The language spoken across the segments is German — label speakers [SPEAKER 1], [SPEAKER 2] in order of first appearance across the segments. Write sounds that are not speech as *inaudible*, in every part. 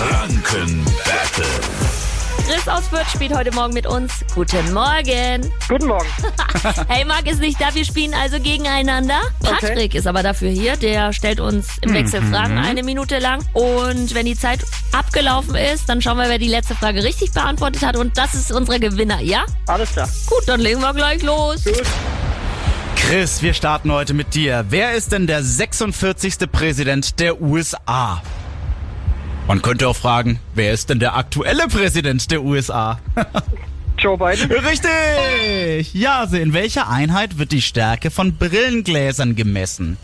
[SPEAKER 1] Franken Battle.
[SPEAKER 2] Chris aus Fürth spielt heute Morgen mit uns. Guten Morgen.
[SPEAKER 3] Guten Morgen.
[SPEAKER 2] *laughs* Hey, Marc ist nicht da, wir spielen also gegeneinander. Patrick ist aber dafür hier, der stellt uns im Wechsel
[SPEAKER 3] Mhm.
[SPEAKER 2] Fragen eine Minute lang. Und wenn die Zeit abgelaufen ist, dann schauen wir, wer die letzte Frage richtig beantwortet hat. Und das ist unser Gewinner, ja?
[SPEAKER 3] Alles klar.
[SPEAKER 2] Gut, dann legen wir gleich los.
[SPEAKER 4] Chris, wir starten heute mit dir. Wer ist denn der 46. Präsident der USA? Man könnte auch fragen, wer ist denn der aktuelle Präsident der USA?
[SPEAKER 3] Joe
[SPEAKER 4] *laughs*
[SPEAKER 3] Biden.
[SPEAKER 4] Richtig! Jase, in welcher Einheit wird die Stärke von Brillengläsern gemessen?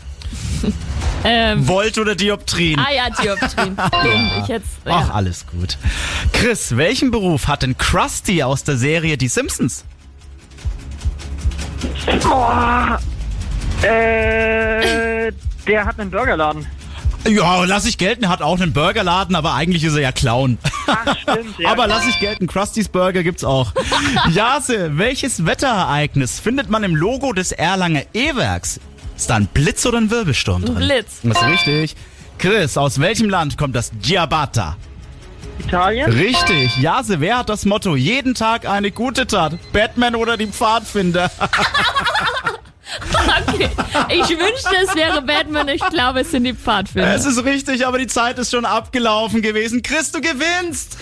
[SPEAKER 2] Ähm,
[SPEAKER 4] Volt oder Dioptrien?
[SPEAKER 2] ah ja,
[SPEAKER 3] *laughs*
[SPEAKER 2] Dioptrien. Dumm, ich jetzt.
[SPEAKER 3] Oh.
[SPEAKER 4] Ach,
[SPEAKER 2] Ja. *laughs*
[SPEAKER 4] alles gut. Chris, welchen Beruf hat denn Krusty aus der Serie Die Simpsons?
[SPEAKER 3] Äh, der hat einen Burgerladen.
[SPEAKER 4] Ja, lass ich gelten, er hat auch einen Burgerladen, aber eigentlich ist er ja Clown.
[SPEAKER 3] Ach, stimmt. Ja.
[SPEAKER 4] Aber lass ich gelten, Krustys Burger gibt's auch. Jase, welches Wetterereignis findet man im Logo des Erlanger E-Werks? Ist da ein Blitz oder ein Wirbelsturm drin?
[SPEAKER 2] Blitz.
[SPEAKER 4] Das ist richtig. Chris, aus welchem Land kommt das Ciabatta?
[SPEAKER 3] Italien.
[SPEAKER 4] Richtig. Jase, wer hat das Motto jeden Tag eine gute Tat? Batman oder die Pfadfinder?
[SPEAKER 2] Okay. Ich wünschte, es wäre Batman. Ich glaube, es sind die Pfadfinder.
[SPEAKER 3] Äh.
[SPEAKER 4] Es ist richtig, aber die Zeit ist schon abgelaufen gewesen. Chris, du gewinnst!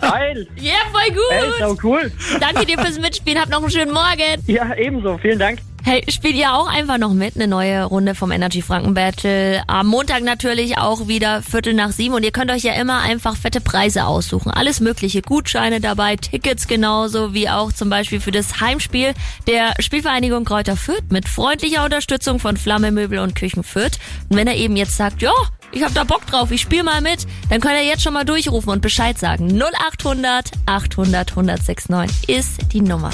[SPEAKER 3] Geil.
[SPEAKER 2] Ja, voll
[SPEAKER 3] Ey,
[SPEAKER 2] gut.
[SPEAKER 3] sau cool.
[SPEAKER 2] Danke dir fürs Mitspielen. Habt noch einen schönen Morgen.
[SPEAKER 3] Ja, ebenso. Vielen Dank.
[SPEAKER 2] Hey, spielt ihr auch einfach noch mit? Eine neue Runde vom Energy Franken Battle. Am Montag natürlich auch wieder Viertel nach sieben. Und ihr könnt euch ja immer einfach fette Preise aussuchen. Alles mögliche. Gutscheine dabei, Tickets genauso wie auch zum Beispiel für das Heimspiel der Spielvereinigung Kräuter Fürth mit freundlicher Unterstützung von Flamme Möbel und Küchen Fürth. Und wenn er eben jetzt sagt, ja, ich hab da Bock drauf, ich spiel mal mit, dann könnt ihr jetzt schon mal durchrufen und Bescheid sagen. 0800 800 1069 ist die Nummer.